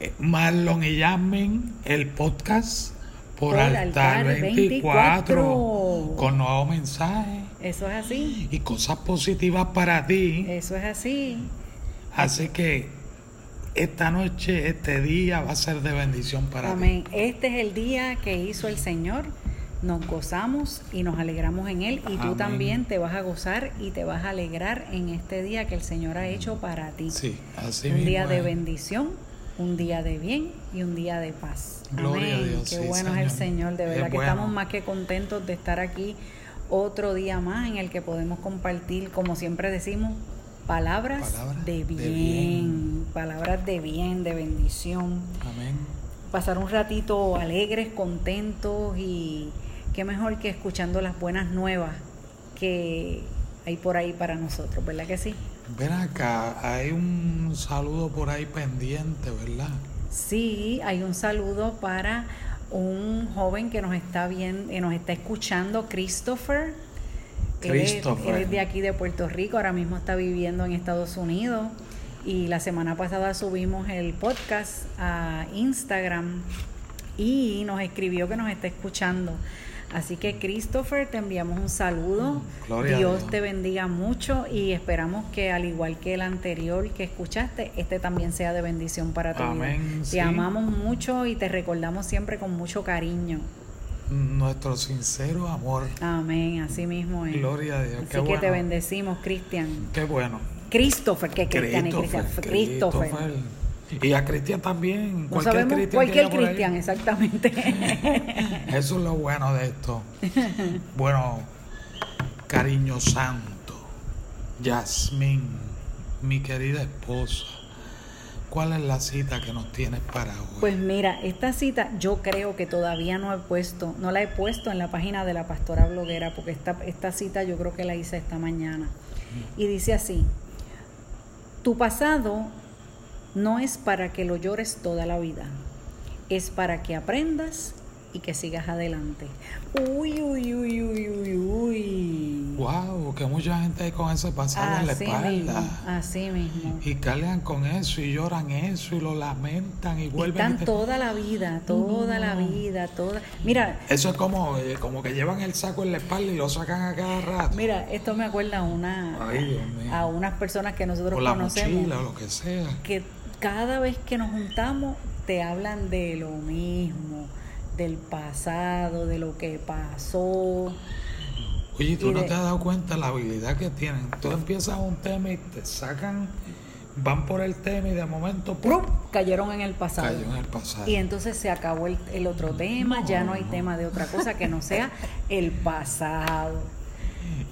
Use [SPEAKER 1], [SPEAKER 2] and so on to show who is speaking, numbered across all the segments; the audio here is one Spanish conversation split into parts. [SPEAKER 1] eh, Marlon y Jasmine, el podcast por,
[SPEAKER 2] Por
[SPEAKER 1] Altar,
[SPEAKER 2] Altar
[SPEAKER 1] 24,
[SPEAKER 2] 24.
[SPEAKER 1] con nuevos mensajes
[SPEAKER 2] Eso es así,
[SPEAKER 1] y cosas positivas para ti.
[SPEAKER 2] eso es así.
[SPEAKER 1] Así que esta noche, este día va a ser de bendición para
[SPEAKER 2] Amén. Este es el día que hizo el Señor. Nos gozamos y nos alegramos en Él y tú
[SPEAKER 1] Amén.
[SPEAKER 2] también te vas a gozar y te vas a alegrar en este día que el Señor ha hecho para ti.
[SPEAKER 1] ti. Sí, así
[SPEAKER 2] un
[SPEAKER 1] mismo
[SPEAKER 2] día de
[SPEAKER 1] es.
[SPEAKER 2] bendición, un día de bien y un día de paz.
[SPEAKER 1] Gloria a
[SPEAKER 2] Amén.
[SPEAKER 1] Dios,
[SPEAKER 2] Qué
[SPEAKER 1] sí,
[SPEAKER 2] bueno es el
[SPEAKER 1] Señor.
[SPEAKER 2] Señor, de
[SPEAKER 1] Es
[SPEAKER 2] verdad que
[SPEAKER 1] bueno.
[SPEAKER 2] estamos más que contentos de estar aquí otro día más en el que podemos compartir, como siempre decimos, palabras,
[SPEAKER 1] Palabras
[SPEAKER 2] de,
[SPEAKER 1] de
[SPEAKER 2] bien,
[SPEAKER 1] bien.
[SPEAKER 2] palabras de bien, de bendición.
[SPEAKER 1] Amén.
[SPEAKER 2] Pasar un ratito alegres, contentos y qué mejor que escuchando las buenas nuevas que hay por ahí para nosotros, ¿verdad que sí?
[SPEAKER 1] Ven acá, hay un saludo por ahí pendiente, ¿verdad?
[SPEAKER 2] Sí, hay un saludo para un joven que nos está bien, que nos está escuchando, Christopher. Él es-
[SPEAKER 1] Christopher.
[SPEAKER 2] Él es, de aquí de Puerto Rico, ahora mismo está viviendo en Estados Unidos. Y la semana pasada subimos el podcast a Instagram y nos escribió que nos está escuchando. Así que Christopher, te enviamos un saludo.
[SPEAKER 1] Mm, Gloria a
[SPEAKER 2] Dios
[SPEAKER 1] Dios.
[SPEAKER 2] te bendiga mucho y esperamos que al igual que el anterior que escuchaste, este también sea de bendición para tu vida.
[SPEAKER 1] Amén,
[SPEAKER 2] Te
[SPEAKER 1] sí.
[SPEAKER 2] amamos mucho y te recordamos siempre con mucho cariño.
[SPEAKER 1] Nuestro sincero amor.
[SPEAKER 2] Amén, así mismo es.
[SPEAKER 1] Gloria a Dios,
[SPEAKER 2] Así
[SPEAKER 1] qué
[SPEAKER 2] que te
[SPEAKER 1] bueno.
[SPEAKER 2] benendecimos, Cristian.
[SPEAKER 1] Qué bueno.
[SPEAKER 2] Christopher, que Cristian es Cristian. Christopher.
[SPEAKER 1] Christopher. Y a Cristian también.
[SPEAKER 2] No sabemos
[SPEAKER 1] Cristian que
[SPEAKER 2] cualquier
[SPEAKER 1] haya por ahí.
[SPEAKER 2] Cristian, exactamente.
[SPEAKER 1] Eso es lo bueno de esto. bueno, cariño santo, Yasmín, mi querida esposa, ¿cuál es la cita que nos tienes para hoy?
[SPEAKER 2] Pues mira, esta cita yo creo que todavía no he puesto, no la he puesto en la página de la pastora bloguera, porque esta, esta cita yo creo que la hice esta mañana. Y dice así, tu pasado no es para que lo llores toda la vida, es para que aprendas y que sigas adelante. Uy, uy, uy, uy, uy, uy.
[SPEAKER 1] wow, que mucha gente hay con ese pasado en la
[SPEAKER 2] Así mismo,
[SPEAKER 1] espalda.
[SPEAKER 2] así mismo.
[SPEAKER 1] Y cargan con eso y lloran eso y lo lamentan y
[SPEAKER 2] Y
[SPEAKER 1] vuelven. y
[SPEAKER 2] están
[SPEAKER 1] te-
[SPEAKER 2] toda la vida, toda la vida, toda... Mira,
[SPEAKER 1] Eso es como, eh, como que llevan el saco en la espalda y lo sacan a cada rato.
[SPEAKER 2] Mira, esto me acuerda a una
[SPEAKER 1] Ay, Dios mío.
[SPEAKER 2] a unas personas que nosotros
[SPEAKER 1] o la
[SPEAKER 2] conocemos
[SPEAKER 1] mochila o lo que sea.
[SPEAKER 2] que cada vez que nos juntamos te hablan de lo mismo, del pasado, de lo que pasó.
[SPEAKER 1] Oye, tú
[SPEAKER 2] Y
[SPEAKER 1] no
[SPEAKER 2] de-
[SPEAKER 1] te has dado cuenta la habilidad que tienen. Tú empiezas un tema y te sacan, van por el tema y de momento ¡pum!
[SPEAKER 2] ¡Prum! Cayeron en el pasado.
[SPEAKER 1] cayó en el pasado.
[SPEAKER 2] Y entonces se acabó el, el otro tema, ya no hay tema de otra cosa que no sea el pasado.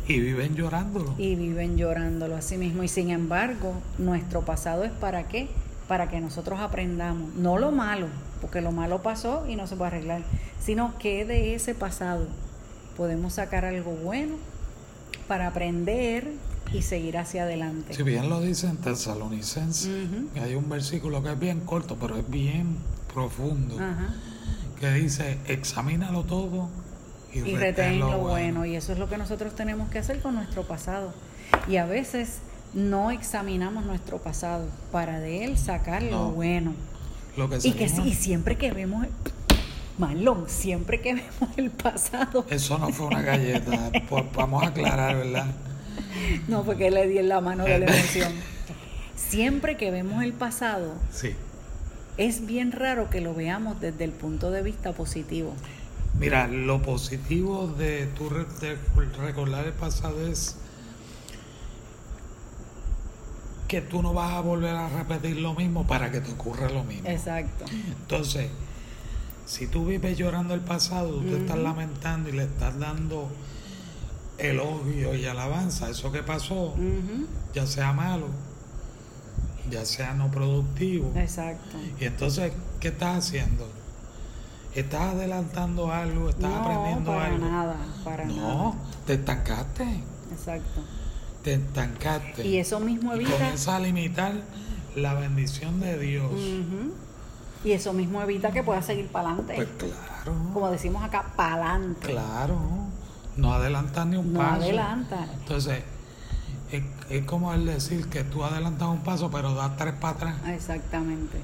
[SPEAKER 1] Y viven llorándolo.
[SPEAKER 2] Y viven llorándolo a sí mismo. Y sin embargo, nuestro pasado es para qué? Para que nosotros aprendamos, no lo malo, porque lo malo pasó y no se puede arreglar, sino que de ese pasado podemos sacar algo bueno para aprender y seguir hacia adelante.
[SPEAKER 1] Si bien lo dicen tesalonicense,
[SPEAKER 2] Ujú.
[SPEAKER 1] hay un versículo que es bien corto, pero es bien profundo,
[SPEAKER 2] Ajá.
[SPEAKER 1] que dice, examínalo todo y,
[SPEAKER 2] y retén lo bueno. Y eso es lo que nosotros tenemos que hacer con nuestro pasado. Y a veces no examinamos nuestro pasado para de él sacar
[SPEAKER 1] No.
[SPEAKER 2] lo bueno.
[SPEAKER 1] Lo que
[SPEAKER 2] Y que sí,
[SPEAKER 1] seguimos-
[SPEAKER 2] y siempre que vemos, Marlon, siempre que vemos el pasado,
[SPEAKER 1] Eso no fue una galleta, por- vamos a aclarar, ¿verdad?
[SPEAKER 2] no, porque le di en la mano
[SPEAKER 1] Eh,
[SPEAKER 2] de la emoción. Siempre que vemos el pasado,
[SPEAKER 1] Sí.
[SPEAKER 2] es bien raro que lo veamos desde el punto de vista positivo.
[SPEAKER 1] Mira, lo positivo de tu recordar el pasado es que tú no vas a volver a repetir lo mismo para que te ocurra lo mismo.
[SPEAKER 2] Exacto.
[SPEAKER 1] Entonces, si tú vives llorando el pasado, tú te estás lamentando y le estás dando elogio y alabanza a eso que pasó,
[SPEAKER 2] Ujú,
[SPEAKER 1] ya sea malo, ya sea no productivo.
[SPEAKER 2] Exacto.
[SPEAKER 1] Y entonces, ¿qué estás haciendo? ¿Estás adelantando algo? ¿Estás
[SPEAKER 2] no,
[SPEAKER 1] aprendiendo
[SPEAKER 2] para
[SPEAKER 1] algo?
[SPEAKER 2] nada, para
[SPEAKER 1] no,
[SPEAKER 2] nada.
[SPEAKER 1] te estancaste.
[SPEAKER 2] Exacto.
[SPEAKER 1] Te estancaste.
[SPEAKER 2] Y eso mismo
[SPEAKER 1] Y
[SPEAKER 2] evita.
[SPEAKER 1] comienza a limitar la bendición de Dios.
[SPEAKER 2] Ujú. Y eso mismo evita que puedas seguir para
[SPEAKER 1] Pues
[SPEAKER 2] adelante.
[SPEAKER 1] claro,
[SPEAKER 2] Como decimos acá, para adelante.
[SPEAKER 1] claro. No adelantas ni un
[SPEAKER 2] No
[SPEAKER 1] paso.
[SPEAKER 2] adelanta.
[SPEAKER 1] Entonces, es, es como el decir que tú adelantas un paso, pero das tres para atrás.
[SPEAKER 2] Exactamente.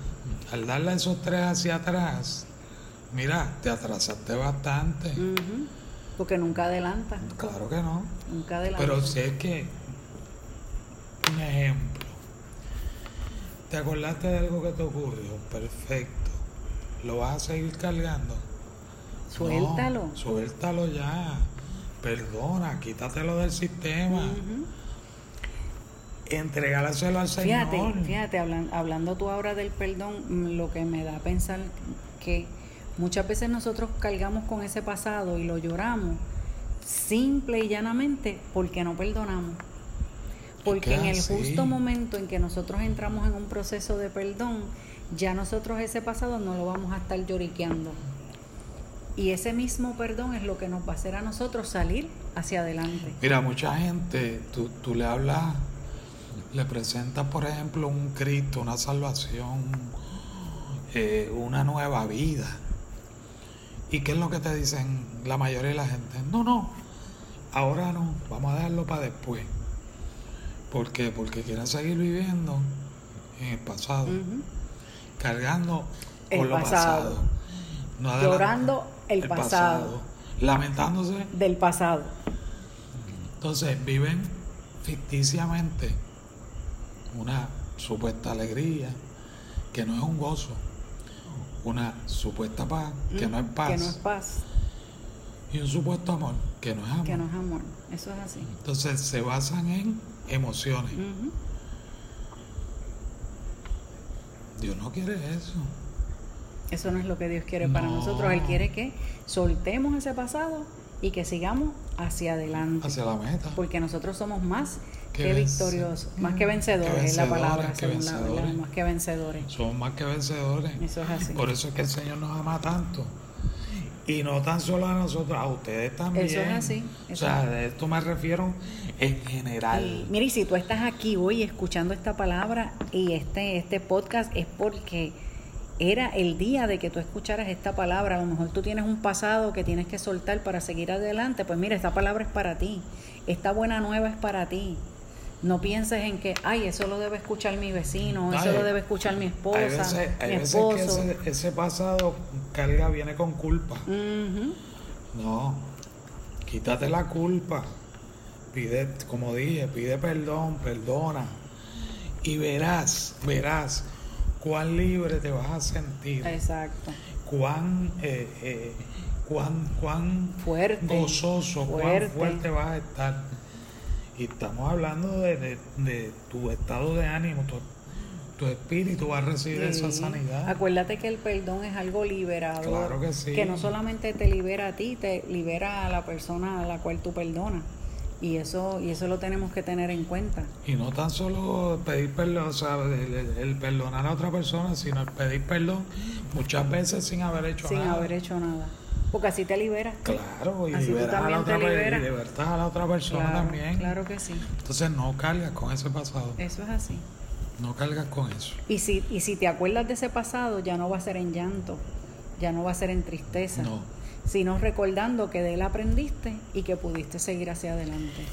[SPEAKER 1] Al darle esos tres hacia atrás, mira, te atrasaste bastante.
[SPEAKER 2] Ujú. Porque nunca adelanta.
[SPEAKER 1] Claro que no.
[SPEAKER 2] Nunca adelanta.
[SPEAKER 1] Pero si es que, un ejemplo, ¿te acordaste de algo que te ocurrió? Perfecto. ¿Lo vas a seguir cargando?
[SPEAKER 2] Suéltalo.
[SPEAKER 1] No, suéltalo ya. Perdona, quítatelo del sistema.
[SPEAKER 2] Ujú.
[SPEAKER 1] Entregálaselo al Señor.
[SPEAKER 2] Fíjate, fíjate, hablan- hablando tú ahora del perdón, mm, lo que me da a pensar que muchas veces nosotros cargamos con ese pasado y lo lloramos, simple y llanamente, porque no perdonamos. Porque en el
[SPEAKER 1] así.
[SPEAKER 2] justo momento en que nosotros entramos en un proceso de perdón, ya nosotros ese pasado no lo vamos a estar lloriqueando. Y ese mismo perdón es lo que nos va a hacer a nosotros salir hacia adelante.
[SPEAKER 1] Mira, mucha gente, tú, tú le hablas, le presentas, por ejemplo, un Cristo, una salvación, eh, una nueva vida. ¿Y qué es lo que te dicen la mayoría de la gente? No, no, ahora no, vamos a dejarlo para después. ¿Por qué? Porque quieren seguir viviendo en el pasado,
[SPEAKER 2] Ujú.
[SPEAKER 1] cargando
[SPEAKER 2] Mm. El
[SPEAKER 1] con lo
[SPEAKER 2] pasado.
[SPEAKER 1] pasado. No adelantar
[SPEAKER 2] Llorando el pasado.
[SPEAKER 1] lamentándose
[SPEAKER 2] Del pasado.
[SPEAKER 1] entonces viven ficticiamente una supuesta alegría que no es un gozo, una supuesta paz que no es paz
[SPEAKER 2] Mm, Que no es paz.
[SPEAKER 1] y un supuesto amor que no es amor.
[SPEAKER 2] que no es amor. Eso es así.
[SPEAKER 1] Entonces se basan en emociones.
[SPEAKER 2] Ujú. Mm.
[SPEAKER 1] Dios no quiere eso.
[SPEAKER 2] Eso no es lo que Dios quiere para
[SPEAKER 1] No.
[SPEAKER 2] nosotros. Él quiere que soltemos ese pasado y que sigamos hacia adelante.
[SPEAKER 1] Hacia la meta.
[SPEAKER 2] Porque nosotros somos más
[SPEAKER 1] Que
[SPEAKER 2] que
[SPEAKER 1] vence-
[SPEAKER 2] victoriosos, más que vencedores,
[SPEAKER 1] que
[SPEAKER 2] es la palabra,
[SPEAKER 1] vencedores, que
[SPEAKER 2] según la ¿verdad?
[SPEAKER 1] vencedores.
[SPEAKER 2] más que vencedores.
[SPEAKER 1] Somos más que vencedores.
[SPEAKER 2] Eso es así.
[SPEAKER 1] Por eso es que el Señor nos ama tanto. Y no tan solo a nosotros, a ustedes también.
[SPEAKER 2] Eso es así,
[SPEAKER 1] O
[SPEAKER 2] eso
[SPEAKER 1] sea,
[SPEAKER 2] es.
[SPEAKER 1] de esto me refiero en general.
[SPEAKER 2] Y mira, y si tú estás aquí hoy escuchando esta palabra y este, este podcast es porque era el día de que tú escucharas esta palabra. A lo mejor tú tienes un pasado que tienes que soltar para seguir adelante. Pues mira, esta palabra es para ti. Esta buena nueva es para ti. No pienses en que, ay, eso lo debe escuchar mi vecino, eso
[SPEAKER 1] Ay,
[SPEAKER 2] lo debe escuchar mi esposa,
[SPEAKER 1] hay veces, hay
[SPEAKER 2] mi
[SPEAKER 1] veces que
[SPEAKER 2] esposo.
[SPEAKER 1] ese, ese pasado carga viene con culpa.
[SPEAKER 2] Ujú.
[SPEAKER 1] No, quítate la culpa. Pide, como dije, pide perdón, perdona. Y verás, verás cuán libre te vas a sentir.
[SPEAKER 2] Exacto.
[SPEAKER 1] Cuán, eh, eh, cuán, cuán
[SPEAKER 2] Fuerte.
[SPEAKER 1] gozoso,
[SPEAKER 2] Fuerte.
[SPEAKER 1] cuán fuerte vas a estar. Y estamos hablando de, de- de tu estado de ánimo, tu, tu espíritu va a recibir esa
[SPEAKER 2] Sí.
[SPEAKER 1] sanidad.
[SPEAKER 2] Acuérdate que el perdón es algo liberador.
[SPEAKER 1] Claro que sí.
[SPEAKER 2] no solamente te libera a ti, te libera a la persona a la cual tú perdonas. Y eso, y eso lo tenemos que tener en cuenta.
[SPEAKER 1] Y no tan solo pedir perdón, o sea, el, el- el perdonar a otra persona, sino el pedir perdón muchas veces sin haber hecho
[SPEAKER 2] sin
[SPEAKER 1] nada.
[SPEAKER 2] haber hecho nada. Porque así te liberas. tú.
[SPEAKER 1] Claro, y
[SPEAKER 2] Así tú
[SPEAKER 1] liberar a
[SPEAKER 2] también
[SPEAKER 1] la
[SPEAKER 2] te
[SPEAKER 1] otra per-
[SPEAKER 2] liberas.
[SPEAKER 1] y libertad a la otra persona
[SPEAKER 2] Claro,
[SPEAKER 1] también.
[SPEAKER 2] claro Eh. que sí.
[SPEAKER 1] Entonces no cargas con ese pasado,
[SPEAKER 2] Eso es así.
[SPEAKER 1] no cargas con eso.
[SPEAKER 2] Y si, y si te acuerdas de ese pasado, ya no va a ser en llanto, ya no va a ser en tristeza,
[SPEAKER 1] No.
[SPEAKER 2] sino recordando que de él aprendiste y que pudiste seguir hacia adelante.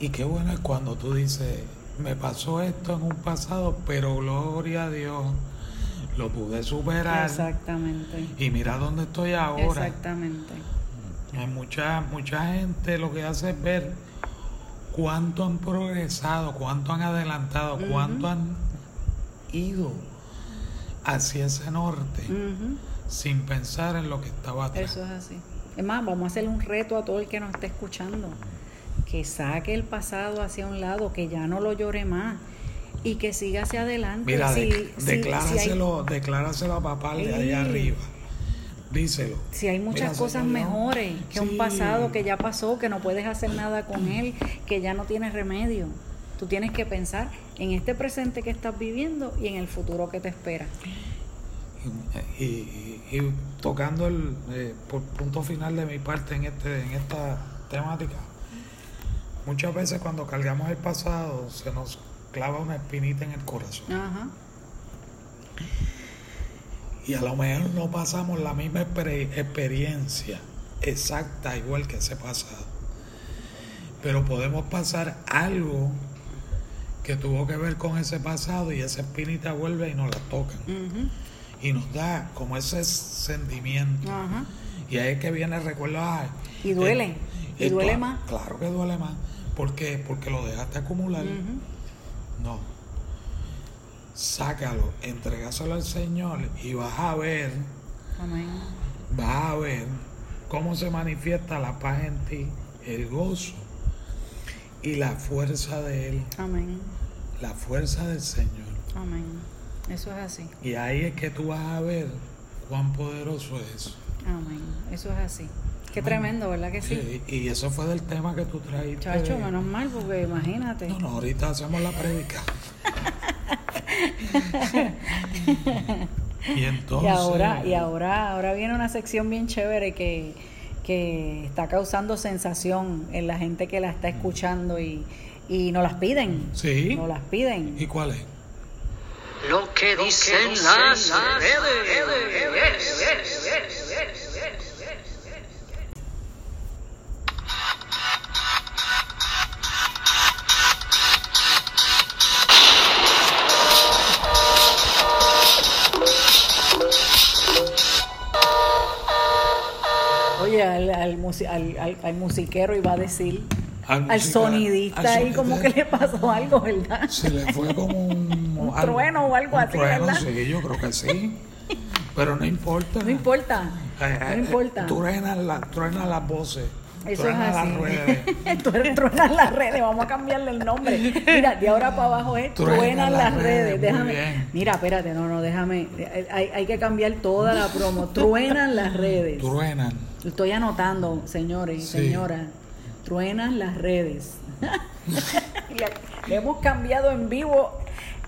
[SPEAKER 1] Y qué bueno es cuando tú dices, me pasó esto en un pasado, pero gloria a Dios, lo pude superar.
[SPEAKER 2] Exactamente.
[SPEAKER 1] Y mira dónde estoy ahora.
[SPEAKER 2] Exactamente.
[SPEAKER 1] Hay mucha, mucha gente lo que hace es ver cuánto han progresado, cuánto han adelantado, cuánto han ido hacia ese norte
[SPEAKER 2] Ujú,
[SPEAKER 1] sin pensar en lo que estaba atrás.
[SPEAKER 2] Eso es así. Es más, vamos a hacer un reto a todo el que nos esté escuchando. Que saque el pasado hacia un lado, que ya no lo llore más y que siga hacia adelante.
[SPEAKER 1] Mira,
[SPEAKER 2] si,
[SPEAKER 1] de-
[SPEAKER 2] si- si hay,
[SPEAKER 1] decláraselo, decláraselo a papá de allá
[SPEAKER 2] Sí.
[SPEAKER 1] arriba. Díselo.
[SPEAKER 2] si hay muchas
[SPEAKER 1] Mira,
[SPEAKER 2] cosas
[SPEAKER 1] señor, yo-
[SPEAKER 2] mejores
[SPEAKER 1] Sí.
[SPEAKER 2] que un pasado que ya pasó, que no puedes hacer nada con él, que ya no tienes remedio. Tú tienes que pensar en este presente que estás viviendo y en el futuro que te espera.
[SPEAKER 1] y, y- y tocando el eh, por punto final de mi parte en este en esta temática muchas veces cuando cargamos el pasado se nos clava una espinita en el corazón
[SPEAKER 2] Ajá.
[SPEAKER 1] y a lo mejor no pasamos la misma exper- experiencia exacta igual que ese pasado pero podemos pasar algo que tuvo que ver con ese pasado y esa espinita vuelve y nos la tocan
[SPEAKER 2] Ujú.
[SPEAKER 1] y nos da como ese sentimiento.
[SPEAKER 2] Ajá.
[SPEAKER 1] Y ahí es que viene el recuerdo. ay,
[SPEAKER 2] Y duele,
[SPEAKER 1] eh,
[SPEAKER 2] y
[SPEAKER 1] eh,
[SPEAKER 2] duele
[SPEAKER 1] cla-
[SPEAKER 2] más.
[SPEAKER 1] Claro que duele más. ¿Por qué? Porque lo dejaste acumular.
[SPEAKER 2] Ujú.
[SPEAKER 1] No. Sácalo, entregáselo al Señor y vas a ver,
[SPEAKER 2] Amén.
[SPEAKER 1] vas a ver cómo se manifiesta la paz en ti, el gozo y la fuerza de Él,
[SPEAKER 2] Amén.
[SPEAKER 1] la fuerza del Señor.
[SPEAKER 2] Amén. Eso es así.
[SPEAKER 1] Y ahí es que tú vas a ver cuán poderoso es eso.
[SPEAKER 2] Amén. Eso es así. Qué
[SPEAKER 1] Amén.
[SPEAKER 2] tremendo, ¿verdad que sí?
[SPEAKER 1] Sí, y eso fue del tema que tú traíste.
[SPEAKER 2] Chacho, menos mal, porque imagínate.
[SPEAKER 1] No, no, ahorita hacemos la prédica. y entonces.
[SPEAKER 2] Y ahora, y ahora, ahora viene una sección bien chévere que, que está causando sensación en la gente que la está escuchando y, y nos las piden.
[SPEAKER 1] Mm. Sí.
[SPEAKER 2] Nos las piden.
[SPEAKER 1] ¿Y cuál es?
[SPEAKER 3] Lo que dicen las redes.
[SPEAKER 2] Oye, al, al, musi- al, al- al musiquero iba a decir, al,
[SPEAKER 1] musical-
[SPEAKER 2] sonidista
[SPEAKER 1] al
[SPEAKER 2] ahí
[SPEAKER 1] sonidista.
[SPEAKER 2] como que le pasó algo, ¿verdad?
[SPEAKER 1] Se le fue como un.
[SPEAKER 2] Un trueno o algo
[SPEAKER 1] un
[SPEAKER 2] así,
[SPEAKER 1] trueno,
[SPEAKER 2] ¿verdad?
[SPEAKER 1] Sí, yo creo que sí. Pero no importa.
[SPEAKER 2] No importa,
[SPEAKER 1] Eh, eh,
[SPEAKER 2] no importa.
[SPEAKER 1] Truenan, la- truenan las voces.
[SPEAKER 2] Eso es
[SPEAKER 1] truenan las ruedas.
[SPEAKER 2] así. Tú eres truenas las redes, vamos a cambiarle el nombre. Mira, de ahora para abajo es
[SPEAKER 1] Truenas
[SPEAKER 2] truenas
[SPEAKER 1] las
[SPEAKER 2] las redes.
[SPEAKER 1] redes, muy
[SPEAKER 2] Déjame.
[SPEAKER 1] bien.
[SPEAKER 2] Mira, espérate, no, no, déjame. Eh, Hay, hay que cambiar toda la promo. Truenan las redes.
[SPEAKER 1] Truenan.
[SPEAKER 2] Lo Estoy anotando, señores y
[SPEAKER 1] Sí.
[SPEAKER 2] señoras. Truenan las redes. le, le hemos cambiado en vivo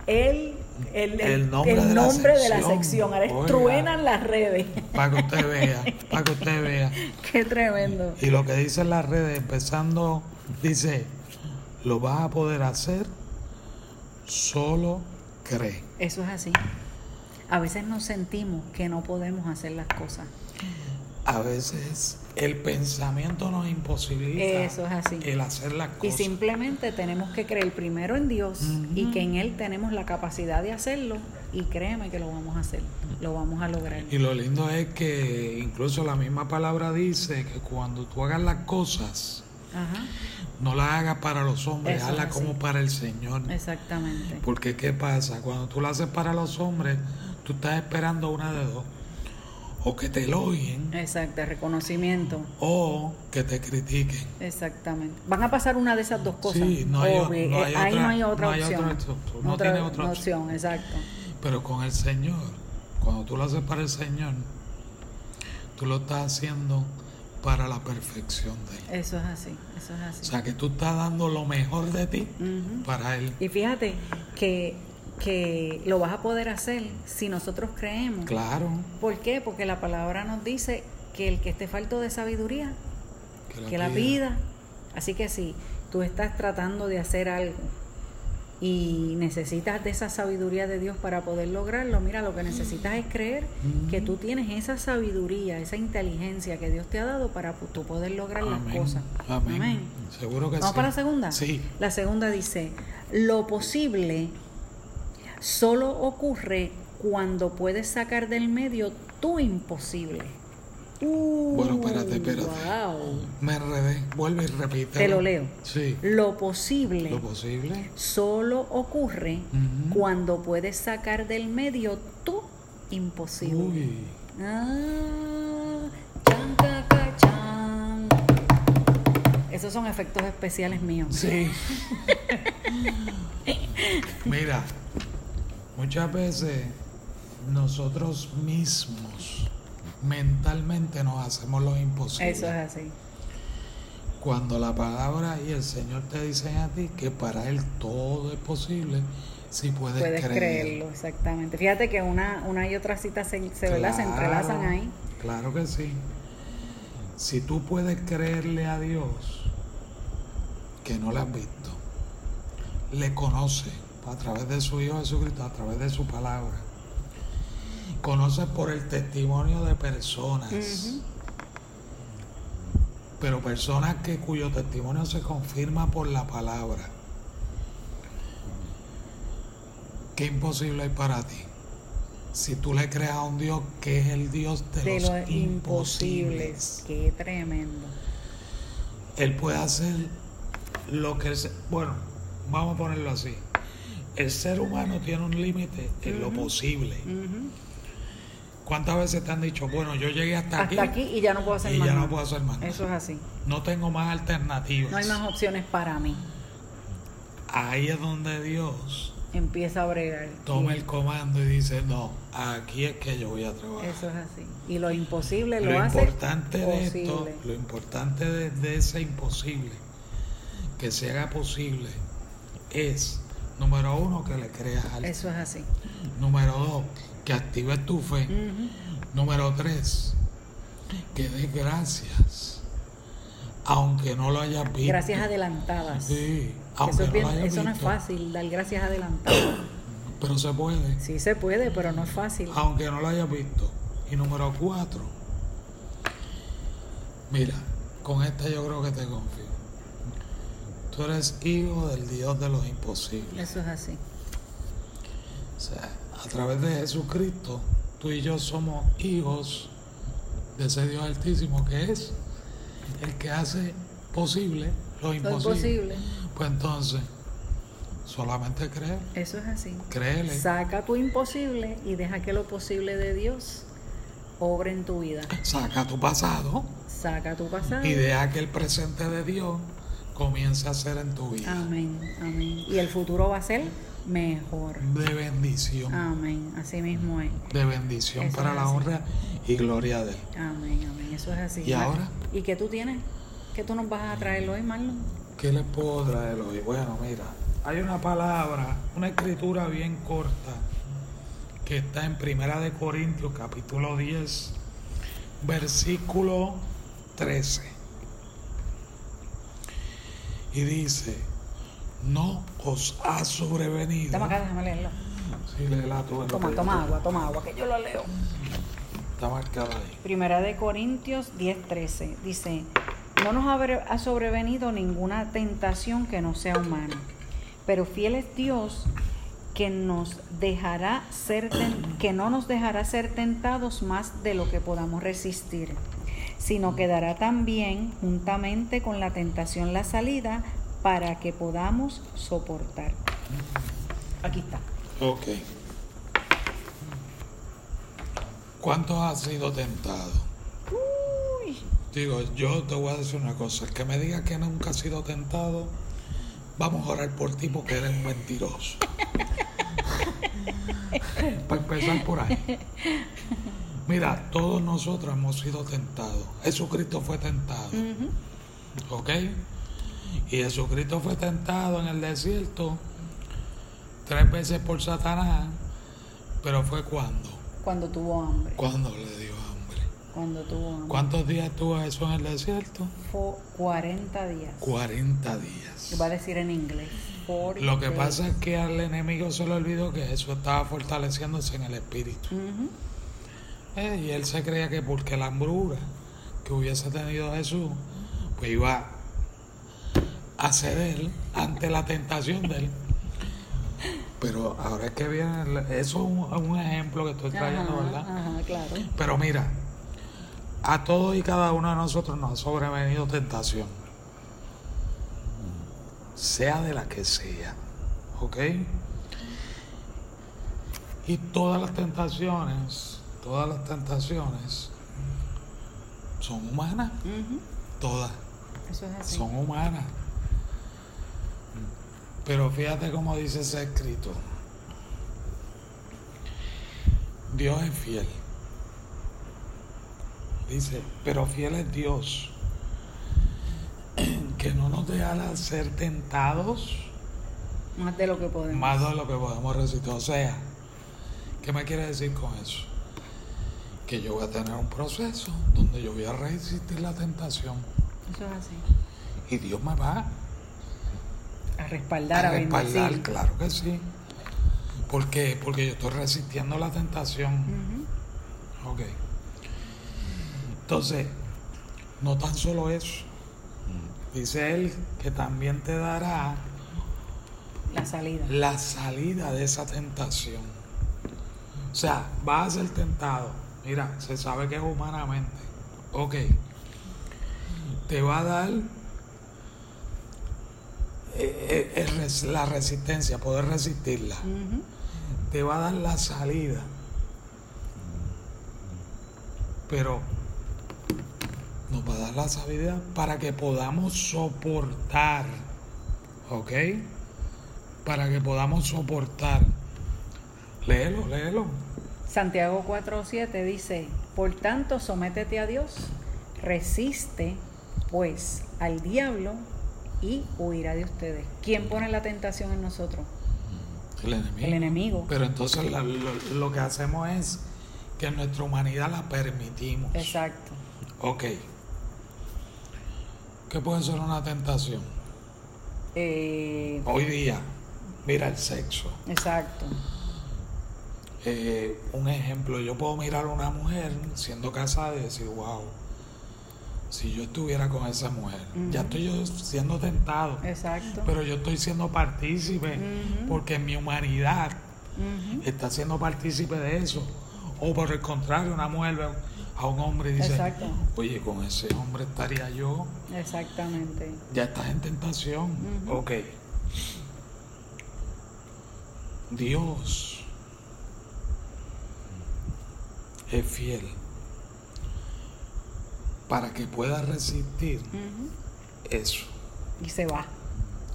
[SPEAKER 2] el, el,
[SPEAKER 1] El nombre de la
[SPEAKER 2] nombre de, la
[SPEAKER 1] sección.
[SPEAKER 2] sección. Ahora es
[SPEAKER 1] Oiga.
[SPEAKER 2] truenan las redes.
[SPEAKER 1] Para que usted vea. Para que usted vea.
[SPEAKER 2] Qué tremendo.
[SPEAKER 1] Y lo que dicen las redes, empezando, dice, lo vas a poder hacer, solo cree.
[SPEAKER 2] Eso es así. A veces nos sentimos que no podemos hacer las cosas.
[SPEAKER 1] A veces el pensamiento nos imposibilita
[SPEAKER 2] Eso es así.
[SPEAKER 1] el hacer las
[SPEAKER 2] Y
[SPEAKER 1] cosas.
[SPEAKER 2] simplemente tenemos que creer primero en Dios y que en Él tenemos la capacidad de hacerlo. Y créeme que lo vamos a hacer, lo vamos a lograr.
[SPEAKER 1] Y lo lindo es que incluso la misma palabra dice que cuando tú hagas las cosas,
[SPEAKER 2] Ajá,
[SPEAKER 1] no las hagas para los hombres,
[SPEAKER 2] Eso es
[SPEAKER 1] hazlas
[SPEAKER 2] así.
[SPEAKER 1] como para el Señor.
[SPEAKER 2] exactamente.
[SPEAKER 1] Porque ¿qué pasa? Cuando tú lo haces para los hombres, tú estás esperando una de dos. O que te elogien,
[SPEAKER 2] Exacto, reconocimiento.
[SPEAKER 1] o que te critiquen.
[SPEAKER 2] Exactamente. Van a pasar una de esas dos cosas.
[SPEAKER 1] Sí, no hay o-
[SPEAKER 2] Obvio,
[SPEAKER 1] no
[SPEAKER 2] eh,
[SPEAKER 1] hay
[SPEAKER 2] Ahí
[SPEAKER 1] otra-
[SPEAKER 2] no hay otra
[SPEAKER 1] no hay
[SPEAKER 2] opción.
[SPEAKER 1] otra opción, no tiene otra opción.
[SPEAKER 2] exacto.
[SPEAKER 1] Pero con el Señor, cuando tú lo haces para el Señor, tú lo estás haciendo para la perfección de Él.
[SPEAKER 2] Eso es así, eso es
[SPEAKER 1] O
[SPEAKER 2] así.
[SPEAKER 1] sea que tú estás dando lo mejor de ti
[SPEAKER 2] Ujú.
[SPEAKER 1] para Él.
[SPEAKER 2] Y fíjate que, que lo vas a poder hacer si nosotros creemos.
[SPEAKER 1] Claro.
[SPEAKER 2] ¿Por qué? Porque la palabra nos dice que el que esté falto de sabiduría, que la
[SPEAKER 1] pida.
[SPEAKER 2] pida. Así que si tú estás tratando de hacer algo y necesitas de esa sabiduría de Dios para poder lograrlo, mira, lo que necesitas es creer que tú tienes esa sabiduría, esa inteligencia que Dios te ha dado para pu- tú poder lograr las
[SPEAKER 1] Amén.
[SPEAKER 2] cosas.
[SPEAKER 1] Amén. Seguro que
[SPEAKER 2] ¿Vamos
[SPEAKER 1] sí.
[SPEAKER 2] para la segunda?
[SPEAKER 1] Sí.
[SPEAKER 2] La segunda dice, lo posible solo ocurre cuando puedes sacar del medio tu imposible. Uh,
[SPEAKER 1] Bueno, espérate, espérate.
[SPEAKER 2] wow.
[SPEAKER 1] Me enredé. Vuelve y repite.
[SPEAKER 2] Te lo leo.
[SPEAKER 1] Sí.
[SPEAKER 2] Lo posible
[SPEAKER 1] Lo posible.
[SPEAKER 2] solo ocurre
[SPEAKER 1] Ujú.
[SPEAKER 2] cuando puedes sacar del medio tu imposible.
[SPEAKER 1] Uy.
[SPEAKER 2] Ah, chan, ca, ca, chan. Esos son efectos especiales míos.
[SPEAKER 1] Sí. Mira, muchas veces nosotros mismos mentalmente nos hacemos los imposibles.
[SPEAKER 2] Eso es así.
[SPEAKER 1] Cuando la palabra y el Señor te dicen a ti que para Él todo es posible, Si puedes,
[SPEAKER 2] Puedes
[SPEAKER 1] creer.
[SPEAKER 2] creerlo, exactamente. Fíjate que una, una y otra cita se, se, ¿verdad? se entrelazan
[SPEAKER 1] Claro,
[SPEAKER 2] ahí.
[SPEAKER 1] Claro que sí. Si tú puedes creerle a Dios que no le has visto, le conoce a través de su Hijo Jesucristo, a través de su palabra. Conoces por el testimonio de personas,
[SPEAKER 2] Ujú.
[SPEAKER 1] pero personas que cuyo testimonio se confirma por la palabra. ¿Qué imposible hay para ti? Si tú le creas a un Dios que es el Dios de,
[SPEAKER 2] De
[SPEAKER 1] los
[SPEAKER 2] los imposibles.
[SPEAKER 1] imposibles.
[SPEAKER 2] Qué tremendo.
[SPEAKER 1] Él puede hacer lo que... se- bueno, vamos a ponerlo así. El ser humano tiene un límite en lo posible.
[SPEAKER 2] Ujú.
[SPEAKER 1] ¿Cuántas veces te han dicho, bueno, yo llegué hasta,
[SPEAKER 2] Hasta aquí y ya no puedo hacer
[SPEAKER 1] y
[SPEAKER 2] más
[SPEAKER 1] ya
[SPEAKER 2] nada.
[SPEAKER 1] no puedo hacer más nada?
[SPEAKER 2] Eso es así.
[SPEAKER 1] No tengo más alternativas.
[SPEAKER 2] No hay más opciones para mí.
[SPEAKER 1] Ahí es donde Dios
[SPEAKER 2] Empieza a bregar.
[SPEAKER 1] toma el comando y dice, no, aquí es que yo voy a trabajar.
[SPEAKER 2] Eso es así. Y lo imposible lo,
[SPEAKER 1] lo
[SPEAKER 2] hace
[SPEAKER 1] importante de esto,
[SPEAKER 2] posible.
[SPEAKER 1] lo importante de, de ese imposible, que se haga posible, es, número uno, que le creas al
[SPEAKER 2] Eso es así.
[SPEAKER 1] Número dos, que actives tu fe.
[SPEAKER 2] Ujú.
[SPEAKER 1] Número tres, que des gracias, aunque no lo hayas visto.
[SPEAKER 2] Gracias adelantadas.
[SPEAKER 1] Sí,
[SPEAKER 2] Eso,
[SPEAKER 1] aunque
[SPEAKER 2] es
[SPEAKER 1] no
[SPEAKER 2] bien-
[SPEAKER 1] lo hayas
[SPEAKER 2] eso no es
[SPEAKER 1] visto,
[SPEAKER 2] fácil, dar gracias adelantadas.
[SPEAKER 1] Pero se puede.
[SPEAKER 2] Sí se puede, pero no es fácil.
[SPEAKER 1] aunque no lo hayas visto. Y número cuatro, mira, con esta yo creo que te confío. Tú eres hijo del Dios de los imposibles.
[SPEAKER 2] Eso es así.
[SPEAKER 1] O sea, a través de Jesucristo, tú y yo somos hijos de ese Dios altísimo que es el que hace posible lo
[SPEAKER 2] Lo
[SPEAKER 1] imposible.
[SPEAKER 2] imposible.
[SPEAKER 1] Pues entonces, solamente creer,
[SPEAKER 2] Eso es así.
[SPEAKER 1] créele.
[SPEAKER 2] Saca tu imposible y deja que lo posible de Dios obre en tu vida.
[SPEAKER 1] Saca tu pasado.
[SPEAKER 2] Saca tu pasado.
[SPEAKER 1] y deja que el presente de Dios comience a ser en tu vida
[SPEAKER 2] Amén, amén. Y el futuro va a ser mejor.
[SPEAKER 1] de bendición,
[SPEAKER 2] Amén. Así mismo es.
[SPEAKER 1] de bendición
[SPEAKER 2] Ah. Eso
[SPEAKER 1] para
[SPEAKER 2] es
[SPEAKER 1] la
[SPEAKER 2] así.
[SPEAKER 1] honra y gloria de Él.
[SPEAKER 2] Amén, amén. Eso es así.
[SPEAKER 1] ¿Y ahora?
[SPEAKER 2] ¿Y qué tú tienes? ¿Qué tú nos vas a traer hoy, Marlon?
[SPEAKER 1] ¿Qué les puedo traer hoy? Bueno, mira, hay una palabra, una escritura bien corta que está en Primera de Corintios capítulo 10, versículo 13. Y dice, no os ha sobrevenido.
[SPEAKER 2] Toma acá, déjame leerlo.
[SPEAKER 1] Sí, léela tú, es lo que
[SPEAKER 2] Toma,
[SPEAKER 1] pues, yo
[SPEAKER 2] toma
[SPEAKER 1] tengo.
[SPEAKER 2] agua, toma agua, que yo lo leo.
[SPEAKER 1] Está marcada ahí.
[SPEAKER 2] Primera de Corintios 10:13 dice, no nos habre- ha sobrevenido ninguna tentación que no sea humana, pero fiel es Dios que nos dejará ser ten- que no nos dejará ser tentados más de lo que podamos resistir, sino que dará también juntamente con la tentación la salida para que podamos soportar. Aquí está.
[SPEAKER 1] Ok. ¿Cuántos has sido tentado? Digo, yo te voy a decir una cosa. El que me diga que nunca has sido tentado, vamos a orar por ti porque eres un mentiroso. Para empezar por ahí. Mira, todos nosotros hemos sido tentados. Jesucristo fue tentado.
[SPEAKER 2] Ujú.
[SPEAKER 1] ¿Ok? Y Jesucristo fue tentado en el desierto tres veces por Satanás, pero fue cuando,
[SPEAKER 2] Cuando tuvo hambre,
[SPEAKER 1] cuando le dio hambre.
[SPEAKER 2] cuando tuvo hambre.
[SPEAKER 1] ¿Cuántos días estuvo Jesús en el desierto?
[SPEAKER 2] Fue 40 días.
[SPEAKER 1] 40 días.
[SPEAKER 2] Va a decir en inglés. Forty
[SPEAKER 1] Lo que
[SPEAKER 2] days.
[SPEAKER 1] pasa es que al enemigo se le olvidó que Jesús estaba fortaleciéndose en el espíritu.
[SPEAKER 2] Ujú.
[SPEAKER 1] Eh, y él se creía que porque la hambrura que hubiese tenido Jesús, pues iba a ceder ante la tentación de él. Pero ahora es que viene, el- eso es un, un ejemplo que estoy trayendo,
[SPEAKER 2] Ajá,
[SPEAKER 1] ¿verdad?
[SPEAKER 2] ajá, claro.
[SPEAKER 1] Pero mira, a todos y cada uno de nosotros nos ha sobrevenido tentación. Sea de la que sea. ¿Ok? Y todas las tentaciones, todas las tentaciones son humanas.
[SPEAKER 2] Ujú.
[SPEAKER 1] Todas
[SPEAKER 2] Eso es así.
[SPEAKER 1] son humanas. Pero fíjate cómo dice ese escrito. Dios es fiel. Dice, pero fiel es Dios, que no nos dejará ser tentados
[SPEAKER 2] Más de lo que podemos.
[SPEAKER 1] más de lo que podemos resistir. O sea, ¿qué me quiere decir con eso? Que yo voy a tener un proceso donde yo voy a resistir la tentación
[SPEAKER 2] Eso es así.
[SPEAKER 1] y Dios me va
[SPEAKER 2] A respaldar, a,
[SPEAKER 1] a respaldar,
[SPEAKER 2] bendecir.
[SPEAKER 1] claro que sí. ¿Por qué? Porque yo estoy resistiendo la tentación.
[SPEAKER 2] Ujú.
[SPEAKER 1] Ok. Entonces, no tan solo eso. Dice él que también te dará
[SPEAKER 2] La salida.
[SPEAKER 1] la salida de esa tentación. O sea, vas a ser tentado. Mira, se sabe que es humanamente. Ok. Te va a dar eh, eh, el res- la resistencia, poder resistirla.
[SPEAKER 2] Ujú.
[SPEAKER 1] Te va a dar la salida. Pero nos va a dar la salida para que podamos soportar. ¿Ok? Para que podamos soportar. Léelo, léelo.
[SPEAKER 2] Santiago 4.7 dice, por tanto, sométete a Dios, resiste pues al diablo y huirá de ustedes. ¿Quién pone la tentación en nosotros?
[SPEAKER 1] El enemigo.
[SPEAKER 2] El enemigo.
[SPEAKER 1] Pero entonces la- lo, lo que hacemos es que nuestra humanidad la permitimos.
[SPEAKER 2] Exacto.
[SPEAKER 1] Ok. ¿Qué puede ser una tentación?
[SPEAKER 2] Eh,
[SPEAKER 1] Hoy día, mira el sexo.
[SPEAKER 2] exacto.
[SPEAKER 1] Eh, un ejemplo, yo puedo mirar a una mujer siendo casada y decir, wow, si yo estuviera con esa mujer, ya estoy yo siendo tentado,
[SPEAKER 2] Exacto.
[SPEAKER 1] pero yo estoy siendo partícipe, porque mi humanidad
[SPEAKER 2] Ujú.
[SPEAKER 1] está siendo partícipe de eso. O por el contrario, una mujer ve a un hombre y dice,
[SPEAKER 2] Exacto.
[SPEAKER 1] oye, con ese hombre estaría yo,
[SPEAKER 2] Exactamente.
[SPEAKER 1] ya estás en tentación.
[SPEAKER 2] Ujú.
[SPEAKER 1] Ok. Dios es fiel para que pueda resistir
[SPEAKER 2] Ujú.
[SPEAKER 1] eso.
[SPEAKER 2] Y se va.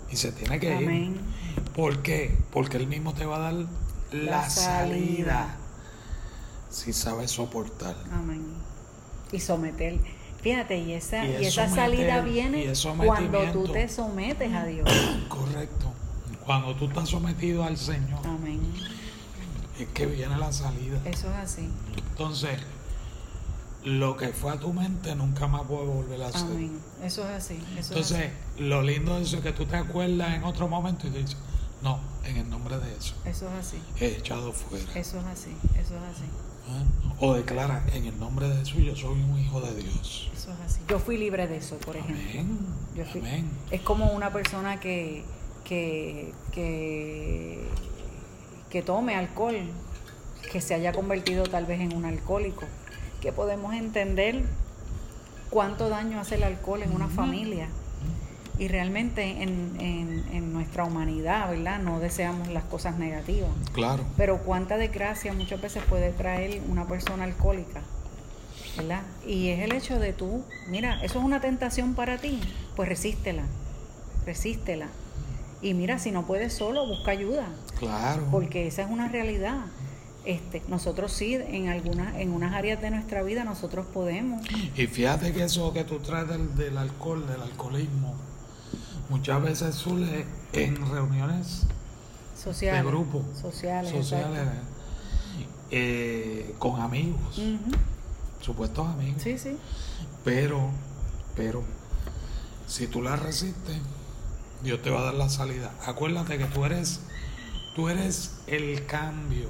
[SPEAKER 1] Y se tiene que
[SPEAKER 2] Amén.
[SPEAKER 1] ir. ¿Por qué? Porque Él mismo te va a dar la,
[SPEAKER 2] La
[SPEAKER 1] salida.
[SPEAKER 2] salida.
[SPEAKER 1] Si sabes soportar.
[SPEAKER 2] Amén. Y someter. Fíjate, y esa,
[SPEAKER 1] Y
[SPEAKER 2] y
[SPEAKER 1] es
[SPEAKER 2] esa
[SPEAKER 1] someter,
[SPEAKER 2] salida
[SPEAKER 1] y
[SPEAKER 2] viene
[SPEAKER 1] es
[SPEAKER 2] cuando tú
[SPEAKER 1] sometimiento.
[SPEAKER 2] te sometes a Dios.
[SPEAKER 1] Correcto. Cuando tú estás sometido al Señor,
[SPEAKER 2] Amén.
[SPEAKER 1] es que viene la salida.
[SPEAKER 2] Eso Ah. es así.
[SPEAKER 1] Entonces, lo que fue a tu mente nunca más puede volver a ser.
[SPEAKER 2] Amén. Eso es así. Eso es
[SPEAKER 1] Entonces, lo lindo de eso es que tú te acuerdas en otro momento y dices, no, en el nombre de eso,
[SPEAKER 2] así. Eso es así.
[SPEAKER 1] he echado fuera.
[SPEAKER 2] Eso es así. Eso es así.
[SPEAKER 1] ¿eh? O declara, en el nombre de eso yo soy un hijo de Dios.
[SPEAKER 2] Eso es así. Yo fui libre de eso, por ejemplo.
[SPEAKER 1] Amén.
[SPEAKER 2] Yo fui-
[SPEAKER 1] Amén.
[SPEAKER 2] Es como una persona que, que, que, que tome alcohol, que se haya convertido tal vez en un alcohólico, que podemos entender cuánto daño hace el alcohol en una familia. Y realmente en, en- en nuestra humanidad, ¿verdad? No deseamos las cosas negativas.
[SPEAKER 1] Claro.
[SPEAKER 2] Pero cuánta desgracia muchas veces puede traer una persona alcohólica, ¿verdad? Y es el hecho de tú, mira, eso es una tentación para ti, pues resístela, resístela. Y mira, si no puedes solo, busca ayuda,
[SPEAKER 1] Claro.
[SPEAKER 2] porque esa es una realidad. Este, nosotros sí, en algunas, en unas áreas de nuestra vida nosotros podemos.
[SPEAKER 1] Y fíjate que eso que tú traes del, del alcohol, del alcoholismo, muchas veces surge en reuniones
[SPEAKER 2] Sociales.
[SPEAKER 1] de grupo,
[SPEAKER 2] Sociales.
[SPEAKER 1] sociales,
[SPEAKER 2] exacto.
[SPEAKER 1] eh, con amigos,
[SPEAKER 2] Ujú.
[SPEAKER 1] supuestos amigos.
[SPEAKER 2] Sí, sí.
[SPEAKER 1] Pero, pero, si tú la resistes, Dios te va a dar la salida. Acuérdate que tú eres, tú eres el cambio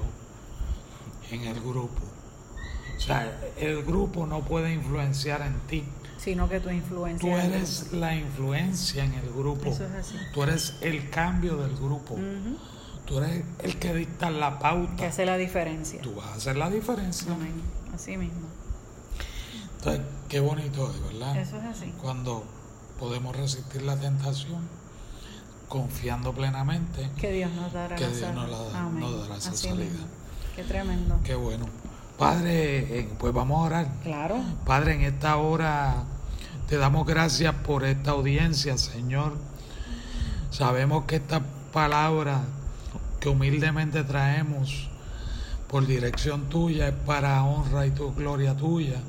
[SPEAKER 1] en el grupo. O sea, el grupo no puede influenciar en ti.
[SPEAKER 2] Sino que tu influencia.
[SPEAKER 1] Tú eres la influencia en el grupo.
[SPEAKER 2] Eso es así. Mm.
[SPEAKER 1] Tú eres el cambio del grupo.
[SPEAKER 2] Ujú.
[SPEAKER 1] Tú eres el que dicta la pauta.
[SPEAKER 2] Que hace la diferencia.
[SPEAKER 1] Tú vas a hacer la diferencia.
[SPEAKER 2] Amén. Así mismo.
[SPEAKER 1] Entonces, qué bonito es, ¿verdad?
[SPEAKER 2] Eso es así.
[SPEAKER 1] Cuando podemos resistir la tentación confiando plenamente.
[SPEAKER 2] Que Dios nos dará
[SPEAKER 1] Que
[SPEAKER 2] la
[SPEAKER 1] Dios
[SPEAKER 2] salida.
[SPEAKER 1] nos la-
[SPEAKER 2] Amén.
[SPEAKER 1] nos dará esa
[SPEAKER 2] Así
[SPEAKER 1] salida.
[SPEAKER 2] mismo. Qué tremendo.
[SPEAKER 1] Qué bueno. Padre, eh, pues vamos a orar.
[SPEAKER 2] Claro.
[SPEAKER 1] Padre, en esta hora te damos gracias por esta audiencia, Señor. Sabemos que esta palabra que humildemente traemos por dirección tuya es para honra y tu gloria tuya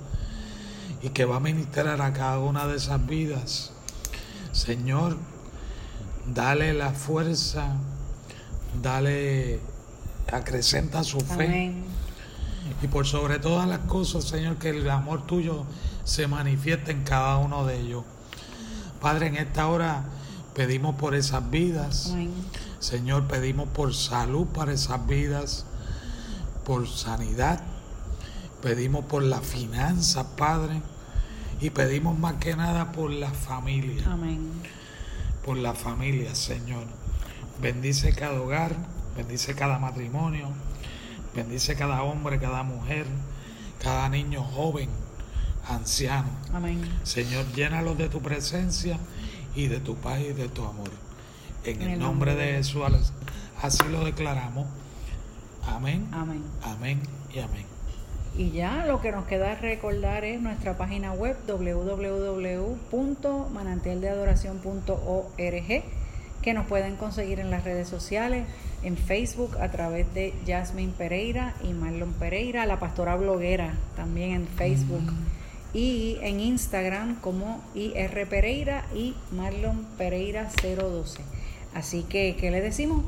[SPEAKER 1] y que va a ministrar a cada una de esas vidas. Señor, dale la fuerza dale, acrecenta su fe.
[SPEAKER 2] Amén.
[SPEAKER 1] Y por sobre todas las cosas, Señor, que el amor tuyo se manifieste en cada uno de ellos. Padre, en esta hora pedimos por esas vidas.
[SPEAKER 2] Amén.
[SPEAKER 1] Señor, pedimos por salud para esas vidas, por sanidad. Pedimos por las finanzas, Padre. Y pedimos más que nada por la familia
[SPEAKER 2] Amén.
[SPEAKER 1] por la familia, Señor. Bendice cada hogar, bendice cada matrimonio, bendice cada hombre, cada mujer, cada niño joven, anciano.
[SPEAKER 2] Amén.
[SPEAKER 1] Señor, llénalos de tu presencia y de tu paz y de tu amor. En el nombre de Jesús, así lo declaramos. Amén,
[SPEAKER 2] Amén.
[SPEAKER 1] amén y amén.
[SPEAKER 2] Y ya lo que nos queda recordar es nuestra página web www.manantialdeadoración.org que nos pueden conseguir en las redes sociales, en Facebook a través de Jasmine Pereira y Marlon Pereira, la pastora bloguera también en Facebook y en Instagram como IR Pereira y Marlon Pereira 012. Así que, ¿qué le decimos?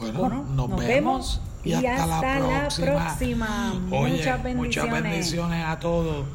[SPEAKER 1] Bueno,
[SPEAKER 2] Bueno,
[SPEAKER 1] nos, vemos y, hasta, la próxima.
[SPEAKER 2] próxima.
[SPEAKER 1] Oye,
[SPEAKER 2] Muchas bendiciones.
[SPEAKER 1] muchas bendiciones a todos.